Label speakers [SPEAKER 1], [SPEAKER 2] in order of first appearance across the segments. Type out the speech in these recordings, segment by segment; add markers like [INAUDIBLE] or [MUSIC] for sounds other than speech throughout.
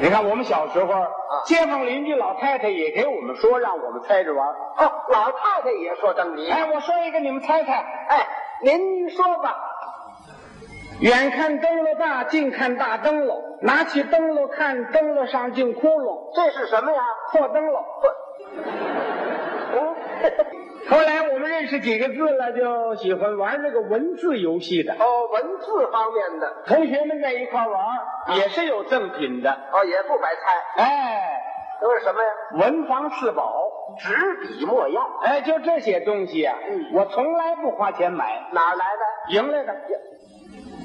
[SPEAKER 1] 你看我们小时候，街坊邻居老太太也给我们说，让我们猜着玩儿。
[SPEAKER 2] 哦，老太太也说这么一
[SPEAKER 1] 哎，我说一个，你们猜猜。
[SPEAKER 2] 哎，您说吧，
[SPEAKER 1] 远看灯笼大，近看大灯笼。拿起灯笼看，灯笼上进窟窿，
[SPEAKER 2] 这是什么呀？
[SPEAKER 1] 破灯笼。
[SPEAKER 2] 嗯，
[SPEAKER 1] 后来我们认识几个字了，就喜欢玩这个文字游戏的。
[SPEAKER 2] 哦，文字方面的，
[SPEAKER 1] 同学们在一块儿玩儿，也是有赠品的。
[SPEAKER 2] 哦，也不白猜，
[SPEAKER 1] 哎，
[SPEAKER 2] 都是什么呀？
[SPEAKER 1] 文房四宝，
[SPEAKER 2] 纸笔墨样，
[SPEAKER 1] 哎，就这些东西啊，
[SPEAKER 2] 嗯
[SPEAKER 1] 我从来不花钱买，
[SPEAKER 2] 哪儿来
[SPEAKER 1] 赢来的。
[SPEAKER 2] 的？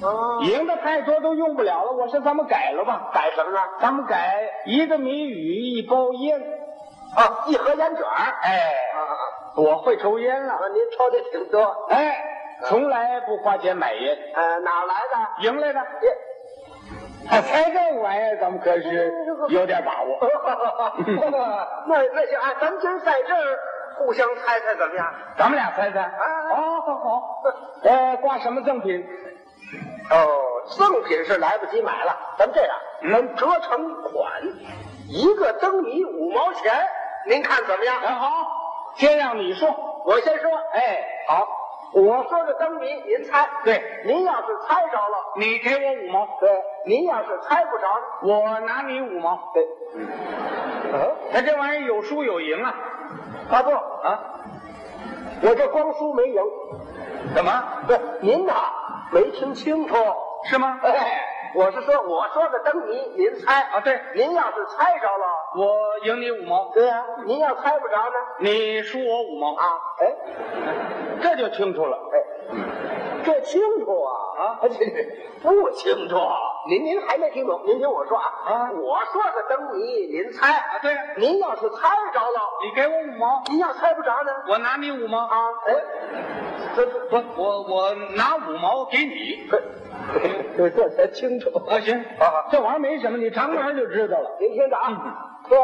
[SPEAKER 2] 哦，
[SPEAKER 1] 赢的太多都用不了了。我说咱们改了吧，
[SPEAKER 2] 改什么呢？
[SPEAKER 1] 咱们改一个谜语一包烟。
[SPEAKER 2] 哦，一盒烟卷儿。
[SPEAKER 1] 哎，
[SPEAKER 2] 啊啊啊！
[SPEAKER 1] 我会抽烟了。
[SPEAKER 2] 啊您抽的挺多，
[SPEAKER 1] 哎，从来不花钱买烟，
[SPEAKER 2] 呃，哪儿来的？
[SPEAKER 1] 赢来的。
[SPEAKER 2] 也，
[SPEAKER 1] 哎猜这个玩意儿，咱们可是有点把握。
[SPEAKER 2] 哦 [LAUGHS] 那那行，哎，咱们今儿在这儿互相猜猜怎么样？
[SPEAKER 1] 咱们俩猜猜。
[SPEAKER 2] 啊
[SPEAKER 1] 好好好。呃，挂什么赠品？
[SPEAKER 2] 哦，赠品是来不及买了，咱们这样，
[SPEAKER 1] 嗯
[SPEAKER 2] 咱折成款，一个灯谜五毛钱，您看怎么样？
[SPEAKER 1] 哎，好，先让你说。
[SPEAKER 2] 我先说，
[SPEAKER 1] 哎，
[SPEAKER 2] 好，我说的灯谜您猜，
[SPEAKER 1] 对，
[SPEAKER 2] 您要是猜着了，
[SPEAKER 1] 你给我五毛，
[SPEAKER 2] 对，您要是猜不着呢，
[SPEAKER 1] 我拿你五毛。
[SPEAKER 2] 对，嗯，
[SPEAKER 1] 哎，这玩意儿有输有赢啊。
[SPEAKER 2] 啊不，
[SPEAKER 1] 啊？
[SPEAKER 2] 我这光输没赢，
[SPEAKER 1] 怎么？
[SPEAKER 2] 对，您呐没听清楚，
[SPEAKER 1] 是吗？
[SPEAKER 2] 哎，我是说我说的灯谜您猜
[SPEAKER 1] 啊，，对，
[SPEAKER 2] 您要是猜着了，
[SPEAKER 1] 我赢你五毛，
[SPEAKER 2] 对呀、您要猜不着呢，
[SPEAKER 1] 你输我五毛，
[SPEAKER 2] 啊，哎。
[SPEAKER 1] 这就清楚了。
[SPEAKER 2] 哎这清楚啊
[SPEAKER 1] 啊
[SPEAKER 2] 这不清楚。您您还没听懂？您听我说啊
[SPEAKER 1] 啊
[SPEAKER 2] 我说的灯谜，您猜。
[SPEAKER 1] 啊，对，
[SPEAKER 2] 您要是猜着了，
[SPEAKER 1] 你给我五毛，
[SPEAKER 2] 您要猜不着呢？
[SPEAKER 1] 我拿你五毛
[SPEAKER 2] 啊，，哎，
[SPEAKER 1] [LAUGHS]
[SPEAKER 2] 这
[SPEAKER 1] 不，我我拿五毛给你。
[SPEAKER 2] 这这才清楚。
[SPEAKER 1] 啊，行，
[SPEAKER 2] 啊
[SPEAKER 1] 这玩意儿没什么，你尝尝就知道了。
[SPEAKER 2] 您听着啊，
[SPEAKER 1] 嗯
[SPEAKER 2] 说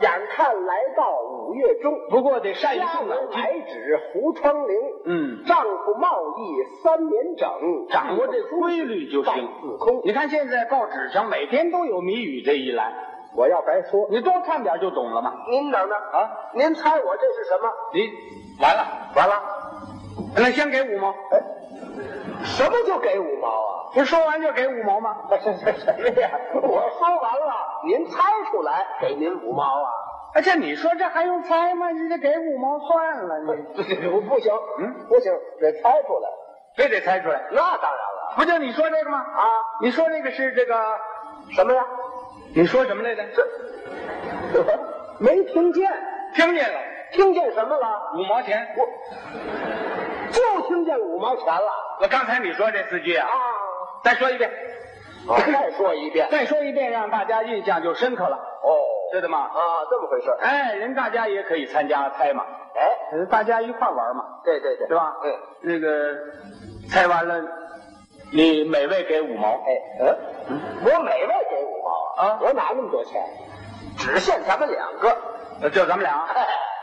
[SPEAKER 2] 眼看来到五月中，
[SPEAKER 1] 不过得善于
[SPEAKER 2] 家
[SPEAKER 1] 动脑
[SPEAKER 2] 门
[SPEAKER 1] 筋。
[SPEAKER 2] 买纸糊窗棂，
[SPEAKER 1] 嗯，
[SPEAKER 2] 丈夫贸易三年整，
[SPEAKER 1] 掌握这规律就
[SPEAKER 2] 上
[SPEAKER 1] 行。
[SPEAKER 2] 自空。
[SPEAKER 1] 你看现在报纸上每天都有谜语这一栏，
[SPEAKER 2] 我要白说，
[SPEAKER 1] 你多看点就懂了嘛。
[SPEAKER 2] 您等着
[SPEAKER 1] 嗯啊，
[SPEAKER 2] 您猜我这是什么？
[SPEAKER 1] 你完了，
[SPEAKER 2] 完了。
[SPEAKER 1] 那先给五毛，
[SPEAKER 2] 什么就给五毛啊？ [LAUGHS]
[SPEAKER 1] 不是说完就给五毛吗？
[SPEAKER 2] 这这什么呀？我说完了，您猜出来给您五毛啊？ [LAUGHS]
[SPEAKER 1] 而且你说这还用猜吗？你这给五毛算了，你
[SPEAKER 2] 不不行，
[SPEAKER 1] 嗯，
[SPEAKER 2] 不行，得猜出来。
[SPEAKER 1] 非得猜出来。
[SPEAKER 2] 那当然了
[SPEAKER 1] 不就你说这个吗？
[SPEAKER 2] 啊，
[SPEAKER 1] 你说这个是这个，
[SPEAKER 2] 什么呀？ [LAUGHS]
[SPEAKER 1] 你说什么来着？
[SPEAKER 2] 没听见？
[SPEAKER 1] 听见了，
[SPEAKER 2] 听见什么了？
[SPEAKER 1] 五毛钱。
[SPEAKER 2] 我就听见五毛钱了
[SPEAKER 1] 我刚才你说这四句
[SPEAKER 2] 啊
[SPEAKER 1] 啊，！再说一遍，
[SPEAKER 2] 我再说一遍
[SPEAKER 1] 再说一遍，让大家印象就深刻了，
[SPEAKER 2] 哦
[SPEAKER 1] 知道吗？
[SPEAKER 2] 啊，这么回事儿
[SPEAKER 1] 哎，人大家也可以参加猜嘛，
[SPEAKER 2] 哎，
[SPEAKER 1] 呃大家一块儿玩嘛，
[SPEAKER 2] 对对对，
[SPEAKER 1] 对吧？
[SPEAKER 2] 嗯，
[SPEAKER 1] 那个猜完了，你每位给五毛。
[SPEAKER 2] 哎，嗯，我每位给五毛
[SPEAKER 1] 啊
[SPEAKER 2] 我哪那么多钱？只限咱们两个。
[SPEAKER 1] 呃就咱们 [LAUGHS] 俩，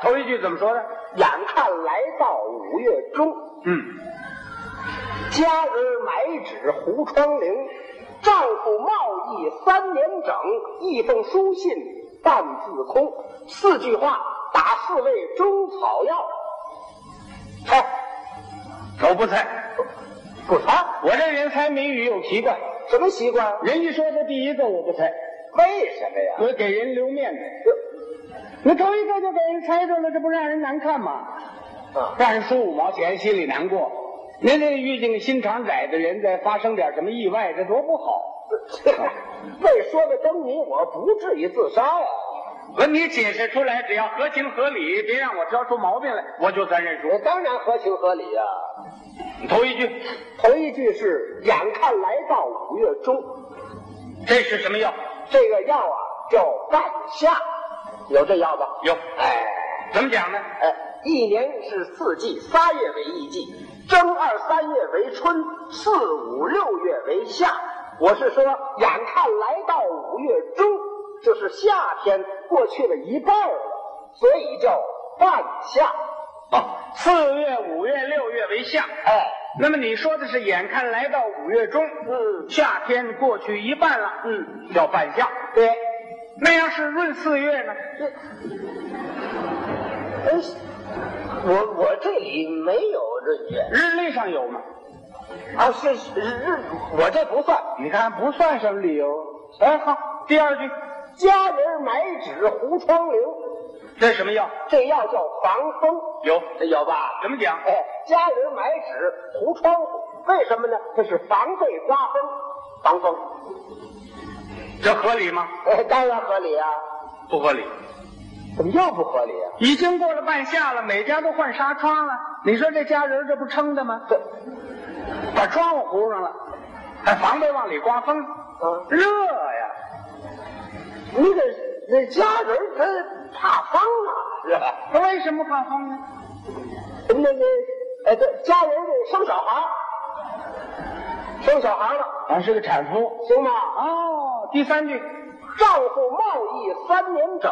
[SPEAKER 1] 头一句怎么说的？
[SPEAKER 2] 眼看来到五月中，
[SPEAKER 1] 嗯，
[SPEAKER 2] 家人买纸糊窗棂，丈夫贸易三年整，一封书信半字空，四句话打四味中草药。猜
[SPEAKER 1] 我不猜，
[SPEAKER 2] 不猜？
[SPEAKER 1] 我这人猜谜语有习惯，
[SPEAKER 2] 什么习惯？
[SPEAKER 1] 人一说这第一个我不猜。
[SPEAKER 2] 为什么呀？
[SPEAKER 1] 我给人留面子。那头一个就给人猜中了，这不让人难看吗？
[SPEAKER 2] 啊， [LAUGHS]
[SPEAKER 1] 让人输五毛钱，心里难过。您这遇见个心肠窄的人，再发生点什么意外，这多不好。
[SPEAKER 2] 为说个灯谜，我不至于自杀呀、
[SPEAKER 1] 问你解释出来，只要合情合理，别让我挑出毛病来，我就算认输。
[SPEAKER 2] 我当然合情合理呀、
[SPEAKER 1] 头一句，
[SPEAKER 2] 头一句是“眼看来到五月中”，
[SPEAKER 1] 这是什么药？
[SPEAKER 2] 这个药啊叫半夏，有这药吧？
[SPEAKER 1] 有，
[SPEAKER 2] 哎
[SPEAKER 1] 怎么讲呢？
[SPEAKER 2] 哎，一年是四季，仨月为一季，正二三月为春，四五六月为夏。我是说，眼看来到五月中，就是夏天过去了一半了，所以叫半夏。
[SPEAKER 1] 哦，四月、五月、六月为夏。
[SPEAKER 2] 哎，
[SPEAKER 1] 那么你说的是眼看来到五月中，
[SPEAKER 2] 嗯
[SPEAKER 1] 夏天过去一半了，
[SPEAKER 2] 嗯，
[SPEAKER 1] 叫半夏。
[SPEAKER 2] 对，
[SPEAKER 1] 那要是闰四月呢？
[SPEAKER 2] 哎，我我这里没有闰月
[SPEAKER 1] 日历上有吗？
[SPEAKER 2] 啊，是日日，我这不算。
[SPEAKER 1] 你看不算什么理由。哎，好，第二句，
[SPEAKER 2] 家人买纸糊窗棂，
[SPEAKER 1] 这什么药？
[SPEAKER 2] 这药叫防风，
[SPEAKER 1] 有
[SPEAKER 2] 这有吧？
[SPEAKER 1] 怎么讲？
[SPEAKER 2] 哎，家人买纸糊窗户，为什么呢？这是防备刮风，防风。
[SPEAKER 1] 这合理吗？
[SPEAKER 2] 哎，当然合理啊，
[SPEAKER 1] 不合理。
[SPEAKER 2] 怎么又不合理啊？
[SPEAKER 1] 已经过了半夏了，每家都换纱窗了。你说这家人这不撑的吗？
[SPEAKER 2] 这
[SPEAKER 1] 把窗户糊上了，还防备往里刮风，
[SPEAKER 2] 啊，
[SPEAKER 1] 热呀！
[SPEAKER 2] 你这这家人他怕风啊，是吧？
[SPEAKER 1] 他为什么怕风呢？
[SPEAKER 2] 那那哎，这家人这生小孩儿生小孩了，
[SPEAKER 1] 俺是个产妇。
[SPEAKER 2] 行吗？
[SPEAKER 1] 哦，第三句，
[SPEAKER 2] 丈夫贸易三年整，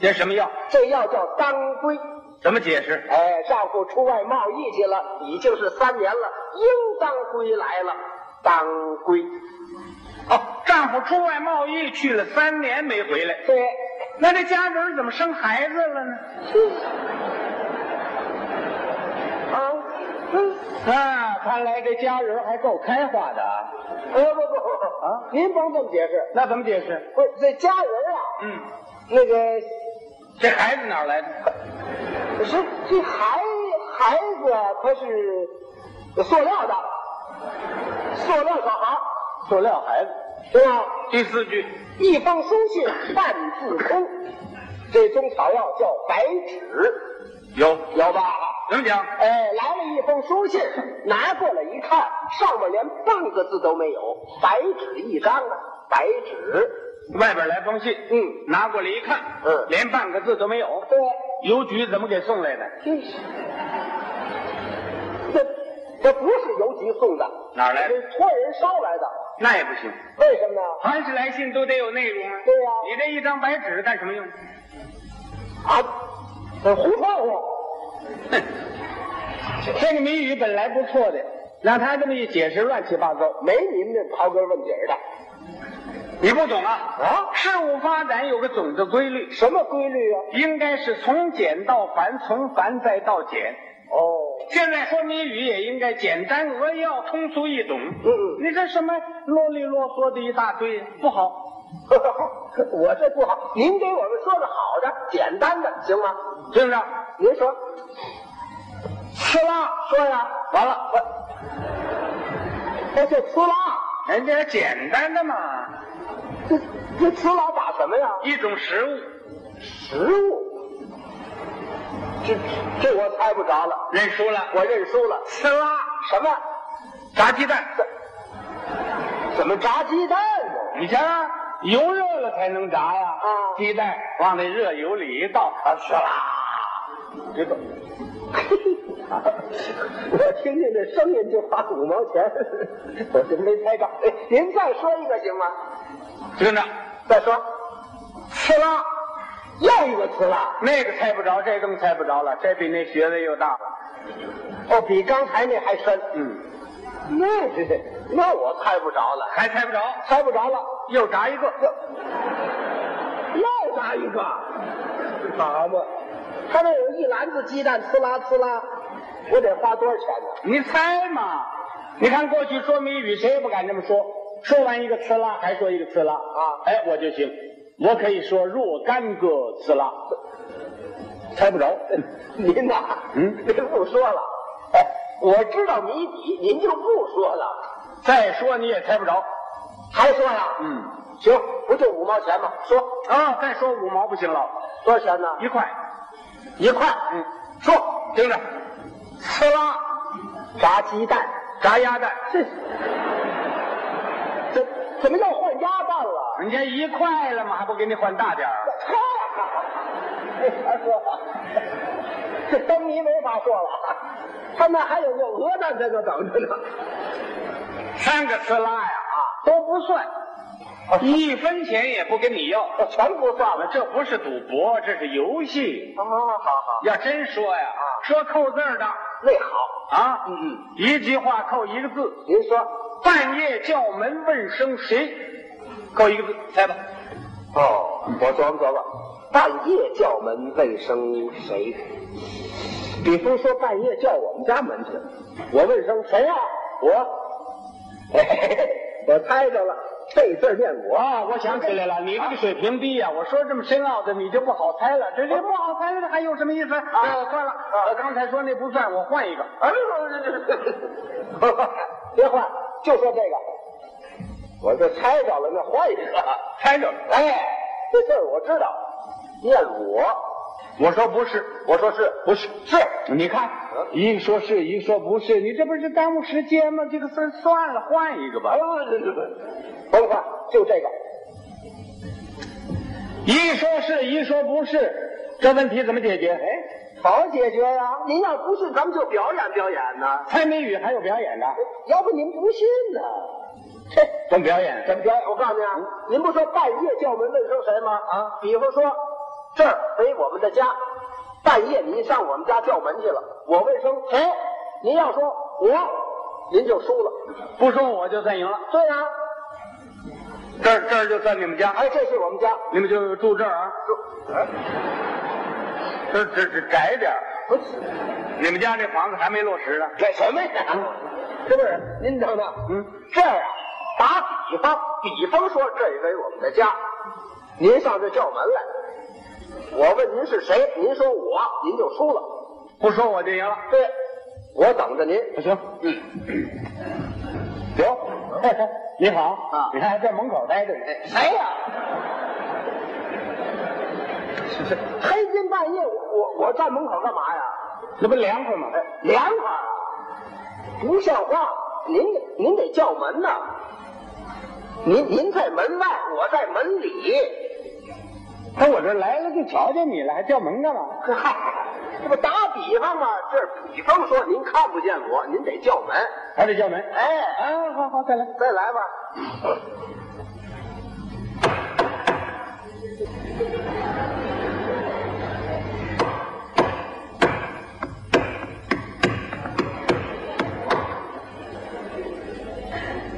[SPEAKER 1] 这什么药？
[SPEAKER 2] 这药叫当归。
[SPEAKER 1] 怎么解释？
[SPEAKER 2] 哎，丈夫出外贸易去了，已经是三年了，应当归来了。当归，
[SPEAKER 1] 哦，丈夫出外贸易去了三年没回来，
[SPEAKER 2] 对，
[SPEAKER 1] 那这家人怎么生孩子了呢？
[SPEAKER 2] 啊，嗯，
[SPEAKER 1] 啊，看来这家人还够开化的啊！
[SPEAKER 2] 哎不不不不
[SPEAKER 1] 啊，
[SPEAKER 2] 您甭这么解释，
[SPEAKER 1] 那怎么解释？
[SPEAKER 2] 不是这家人啊，
[SPEAKER 1] 嗯，
[SPEAKER 2] 那个
[SPEAKER 1] 这孩子哪儿来的？
[SPEAKER 2] 是这孩孩子啊他是塑料的，塑料小孩儿，
[SPEAKER 1] 塑料孩子。
[SPEAKER 2] 对吧？
[SPEAKER 1] 第四句，
[SPEAKER 2] 一封书信半字空，这中草药叫白芷，
[SPEAKER 1] 有
[SPEAKER 2] 有吧？
[SPEAKER 1] 怎么讲？
[SPEAKER 2] 哎，来了一封书信，拿过来一看，上面连半个字都没有，白纸一张啊，白纸。
[SPEAKER 1] 外边来封信，
[SPEAKER 2] 嗯，
[SPEAKER 1] 拿过来一看，
[SPEAKER 2] 嗯
[SPEAKER 1] 连半个字都没有。
[SPEAKER 2] 对，
[SPEAKER 1] 邮局怎么给送来的？
[SPEAKER 2] 这是这这不是邮局送的，
[SPEAKER 1] 哪儿来的
[SPEAKER 2] 这是托人捎来的，
[SPEAKER 1] 那也不行，
[SPEAKER 2] 为什么呢？
[SPEAKER 1] 凡是来信都得有内容啊。
[SPEAKER 2] 对呀
[SPEAKER 1] 你这一张白纸干什么用？
[SPEAKER 2] 啊，这胡窗户，
[SPEAKER 1] 这个谜语本来不错的，让他这么一解释，乱七八糟。
[SPEAKER 2] 没您这刨根问底儿的
[SPEAKER 1] 你不懂啊？
[SPEAKER 2] 啊？
[SPEAKER 1] 事物发展有个总的规律，
[SPEAKER 2] 什么规律啊？
[SPEAKER 1] 应该是从简到繁，从繁再到简。
[SPEAKER 2] 哦， [LAUGHS]
[SPEAKER 1] 现在说谜语也应该简单扼要、通俗易懂。
[SPEAKER 2] 嗯嗯
[SPEAKER 1] 你这什么啰里啰嗦的一大堆，不好。
[SPEAKER 2] 我这不好，您给我们说个好的、简单的，行吗？
[SPEAKER 1] 听着，
[SPEAKER 2] 您说，
[SPEAKER 1] 吃辣
[SPEAKER 2] 说呀。
[SPEAKER 1] 完了，
[SPEAKER 2] 哎，这呲啦，
[SPEAKER 1] 人家简单的嘛，
[SPEAKER 2] 这这呲啦打什么呀？
[SPEAKER 1] 一种食物，
[SPEAKER 2] 食物。这这我猜不着了，
[SPEAKER 1] 认输了。
[SPEAKER 2] 我认输了。
[SPEAKER 1] 吃辣
[SPEAKER 2] 什么？
[SPEAKER 1] 炸鸡蛋，
[SPEAKER 2] 怎么炸鸡蛋呢？
[SPEAKER 1] 你瞧，油热了才能炸呀。
[SPEAKER 2] 啊
[SPEAKER 1] 鸡蛋往那热油里一倒，啊，吃辣。
[SPEAKER 2] 知道。嘿我听见这声音就花五毛钱，我就没猜着。哎，您再说一个行吗？
[SPEAKER 1] 听着，
[SPEAKER 2] 再说，
[SPEAKER 1] 吃辣。
[SPEAKER 2] 又一个呲啦。
[SPEAKER 1] 那个猜不着，这更猜不着了，这比那学问又大了。
[SPEAKER 2] 哦，比刚才那还深。
[SPEAKER 1] 嗯，
[SPEAKER 2] 那这那我猜不着了，
[SPEAKER 1] 还猜不着，
[SPEAKER 2] 猜不着了。
[SPEAKER 1] 又炸一个。
[SPEAKER 2] 又炸一个，好嘛！他这有一篮子鸡蛋，呲啦呲啦，我得花多少钱呢？
[SPEAKER 1] 你猜嘛？你看过去说谜语，谁也不敢这么说，说完一个呲啦，还说一个呲啦
[SPEAKER 2] 啊
[SPEAKER 1] 哎，我就行，我可以说若干个呲啦，猜不着。
[SPEAKER 2] 您呐，
[SPEAKER 1] 嗯
[SPEAKER 2] 您不说了。哎，我知道谜底，您就不说了，
[SPEAKER 1] 再说你也猜不着。
[SPEAKER 2] 还说呀？
[SPEAKER 1] 嗯，
[SPEAKER 2] 行，不就五毛钱吗？说
[SPEAKER 1] 啊，再说五毛不行了，
[SPEAKER 2] 多少钱呢？
[SPEAKER 1] 一块。
[SPEAKER 2] 一块。
[SPEAKER 1] 嗯，
[SPEAKER 2] 说
[SPEAKER 1] 听着，呲啦，
[SPEAKER 2] 炸鸡蛋，
[SPEAKER 1] 炸鸭蛋，
[SPEAKER 2] 这怎怎么又换鸭蛋了？ [LAUGHS]
[SPEAKER 1] 人家一块了嘛，还不给你换大点儿？
[SPEAKER 2] 太好了，没法说了，这灯谜没法说了。他那还有个鹅蛋在那等着呢。
[SPEAKER 1] 三个呲啦呀，啊，都不算，
[SPEAKER 2] 啊
[SPEAKER 1] 一分钱也不跟你要。
[SPEAKER 2] 我全不算了。
[SPEAKER 1] 这不是赌博，这是游戏。
[SPEAKER 2] 啊，好好，
[SPEAKER 1] 要真说呀，啊说扣字儿的
[SPEAKER 2] 那好，
[SPEAKER 1] 啊，
[SPEAKER 2] 嗯嗯，
[SPEAKER 1] 一句话扣一个字，
[SPEAKER 2] 您说
[SPEAKER 1] 半夜叫门问声谁，扣一个字，猜吧。
[SPEAKER 2] 哦，我琢磨琢磨，半夜叫门问声谁？比方说半夜叫我们家门去，我问声谁呀、我，我猜着了，这字儿念我。
[SPEAKER 1] 啊，我想起来了，你这个水平低呀、我说这么深奥的你就不好猜了，这这不好猜了，还有什么意思？啊呃，算了，呃，刚才说那不算，我换一个。
[SPEAKER 2] 哎呦，这这，别换，就说这个，我就猜着了，那换一个。
[SPEAKER 1] 猜着了，
[SPEAKER 2] 哎，这字儿我知道，念我，
[SPEAKER 1] 我说不是，
[SPEAKER 2] 我说是
[SPEAKER 1] 不是，
[SPEAKER 2] 是，
[SPEAKER 1] 你看，一个说是，一个说不是，你这不是耽误时间吗？这个事儿算了，换一个吧
[SPEAKER 2] 哎。呦，这这这，甭换，就这个。
[SPEAKER 1] 一说是，一说不是，这问题怎么解决？
[SPEAKER 2] 哎，好解决呀、您要不信，咱们就表演表演呢。
[SPEAKER 1] 猜谜语还有表演呢，
[SPEAKER 2] 要不您不信呢？这
[SPEAKER 1] 怎么表演？
[SPEAKER 2] 怎么表演？我告诉您啊，您不说半夜叫门问声谁吗？
[SPEAKER 1] 啊，
[SPEAKER 2] 比方说这儿为我们的家，半夜您上我们家叫门去了，我问声谁？您要说我，您就输了。
[SPEAKER 1] 不说我就算赢了。
[SPEAKER 2] 对呀、
[SPEAKER 1] 这儿这儿就算你们家，
[SPEAKER 2] 哎，这是我们家， [LAUGHS]
[SPEAKER 1] 你们就住这儿啊。这儿这这窄点儿
[SPEAKER 2] 不是
[SPEAKER 1] 你们家这房子还没落实呢。
[SPEAKER 2] 这什么呀？ [LAUGHS] 这不是您等等，
[SPEAKER 1] 嗯，
[SPEAKER 2] 这儿啊，打比方，比方说这一为我们的家，您上这叫门来，我问您是谁，您说我，您就输了。
[SPEAKER 1] 不说我就赢了。
[SPEAKER 2] 对，我等着您。
[SPEAKER 1] 不行，
[SPEAKER 2] 行，
[SPEAKER 1] 你好
[SPEAKER 2] 啊
[SPEAKER 1] 你看还在门口待着呢。
[SPEAKER 2] 哎谁呀、黑天半夜，我我我站门口干嘛呀？
[SPEAKER 1] 这不凉快吗？
[SPEAKER 2] 凉快啊，不像话！您您得叫门呐，您您在门外，我在门里。
[SPEAKER 1] 他我这来了就瞧见你了，还叫门干嘛？
[SPEAKER 2] 嗨，这不打比方嘛，这比方说您看不见我，您得叫门。
[SPEAKER 1] 还得叫门。
[SPEAKER 2] 哎，
[SPEAKER 1] 啊，好好，再来。
[SPEAKER 2] 再来吧。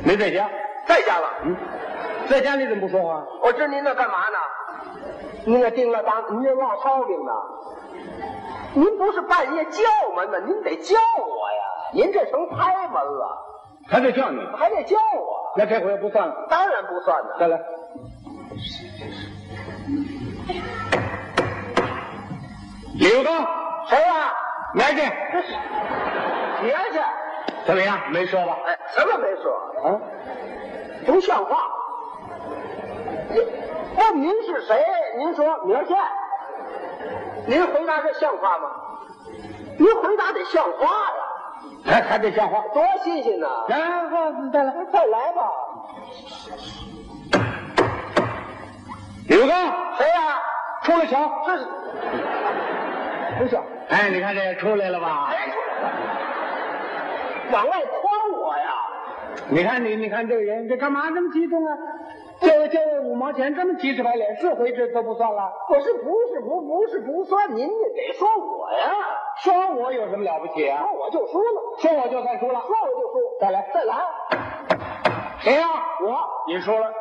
[SPEAKER 1] 没在家，嗯
[SPEAKER 2] 在家了，
[SPEAKER 1] 在家你怎么不说话？
[SPEAKER 2] 我知您那干嘛呢？您那叮了当，您这烙烧饼呢？您不是半夜叫门呢，您得叫我呀。您这成拍门了，
[SPEAKER 1] 还得叫你。
[SPEAKER 2] 还得叫我，
[SPEAKER 1] 那这回不算了，
[SPEAKER 2] 当然不算呢。
[SPEAKER 1] 再来。刘刚，
[SPEAKER 2] 谁呀、
[SPEAKER 1] 来去，
[SPEAKER 2] 别去！
[SPEAKER 1] 怎么样？没说吧？
[SPEAKER 2] 哎，什么没说？
[SPEAKER 1] 啊，
[SPEAKER 2] 不像话！您问您是谁？您说明儿见。您回答这像话吗？您回答得像话呀，
[SPEAKER 1] 还还得像话。
[SPEAKER 2] 多新鲜呐！
[SPEAKER 1] 然后再来。
[SPEAKER 2] 再来吧。
[SPEAKER 1] 刘刚，
[SPEAKER 2] 谁呀、
[SPEAKER 1] 出来瞧。
[SPEAKER 2] 这是
[SPEAKER 1] 不是。哎，你看这出来了吧？
[SPEAKER 2] 哎往外诓我呀？
[SPEAKER 1] 你看你，你看这个人，这干嘛这么激动啊？就就五毛钱这么急赤白脸，是回这都不算了。
[SPEAKER 2] 我是不是不不是不算？您也得说我呀，
[SPEAKER 1] 啊说我有什么了不起啊
[SPEAKER 2] 说？我就输了，
[SPEAKER 1] 说我就算输了
[SPEAKER 2] 说。我就输。
[SPEAKER 1] 再来
[SPEAKER 2] 再来，
[SPEAKER 1] 谁呀、
[SPEAKER 2] 我
[SPEAKER 1] 你输了。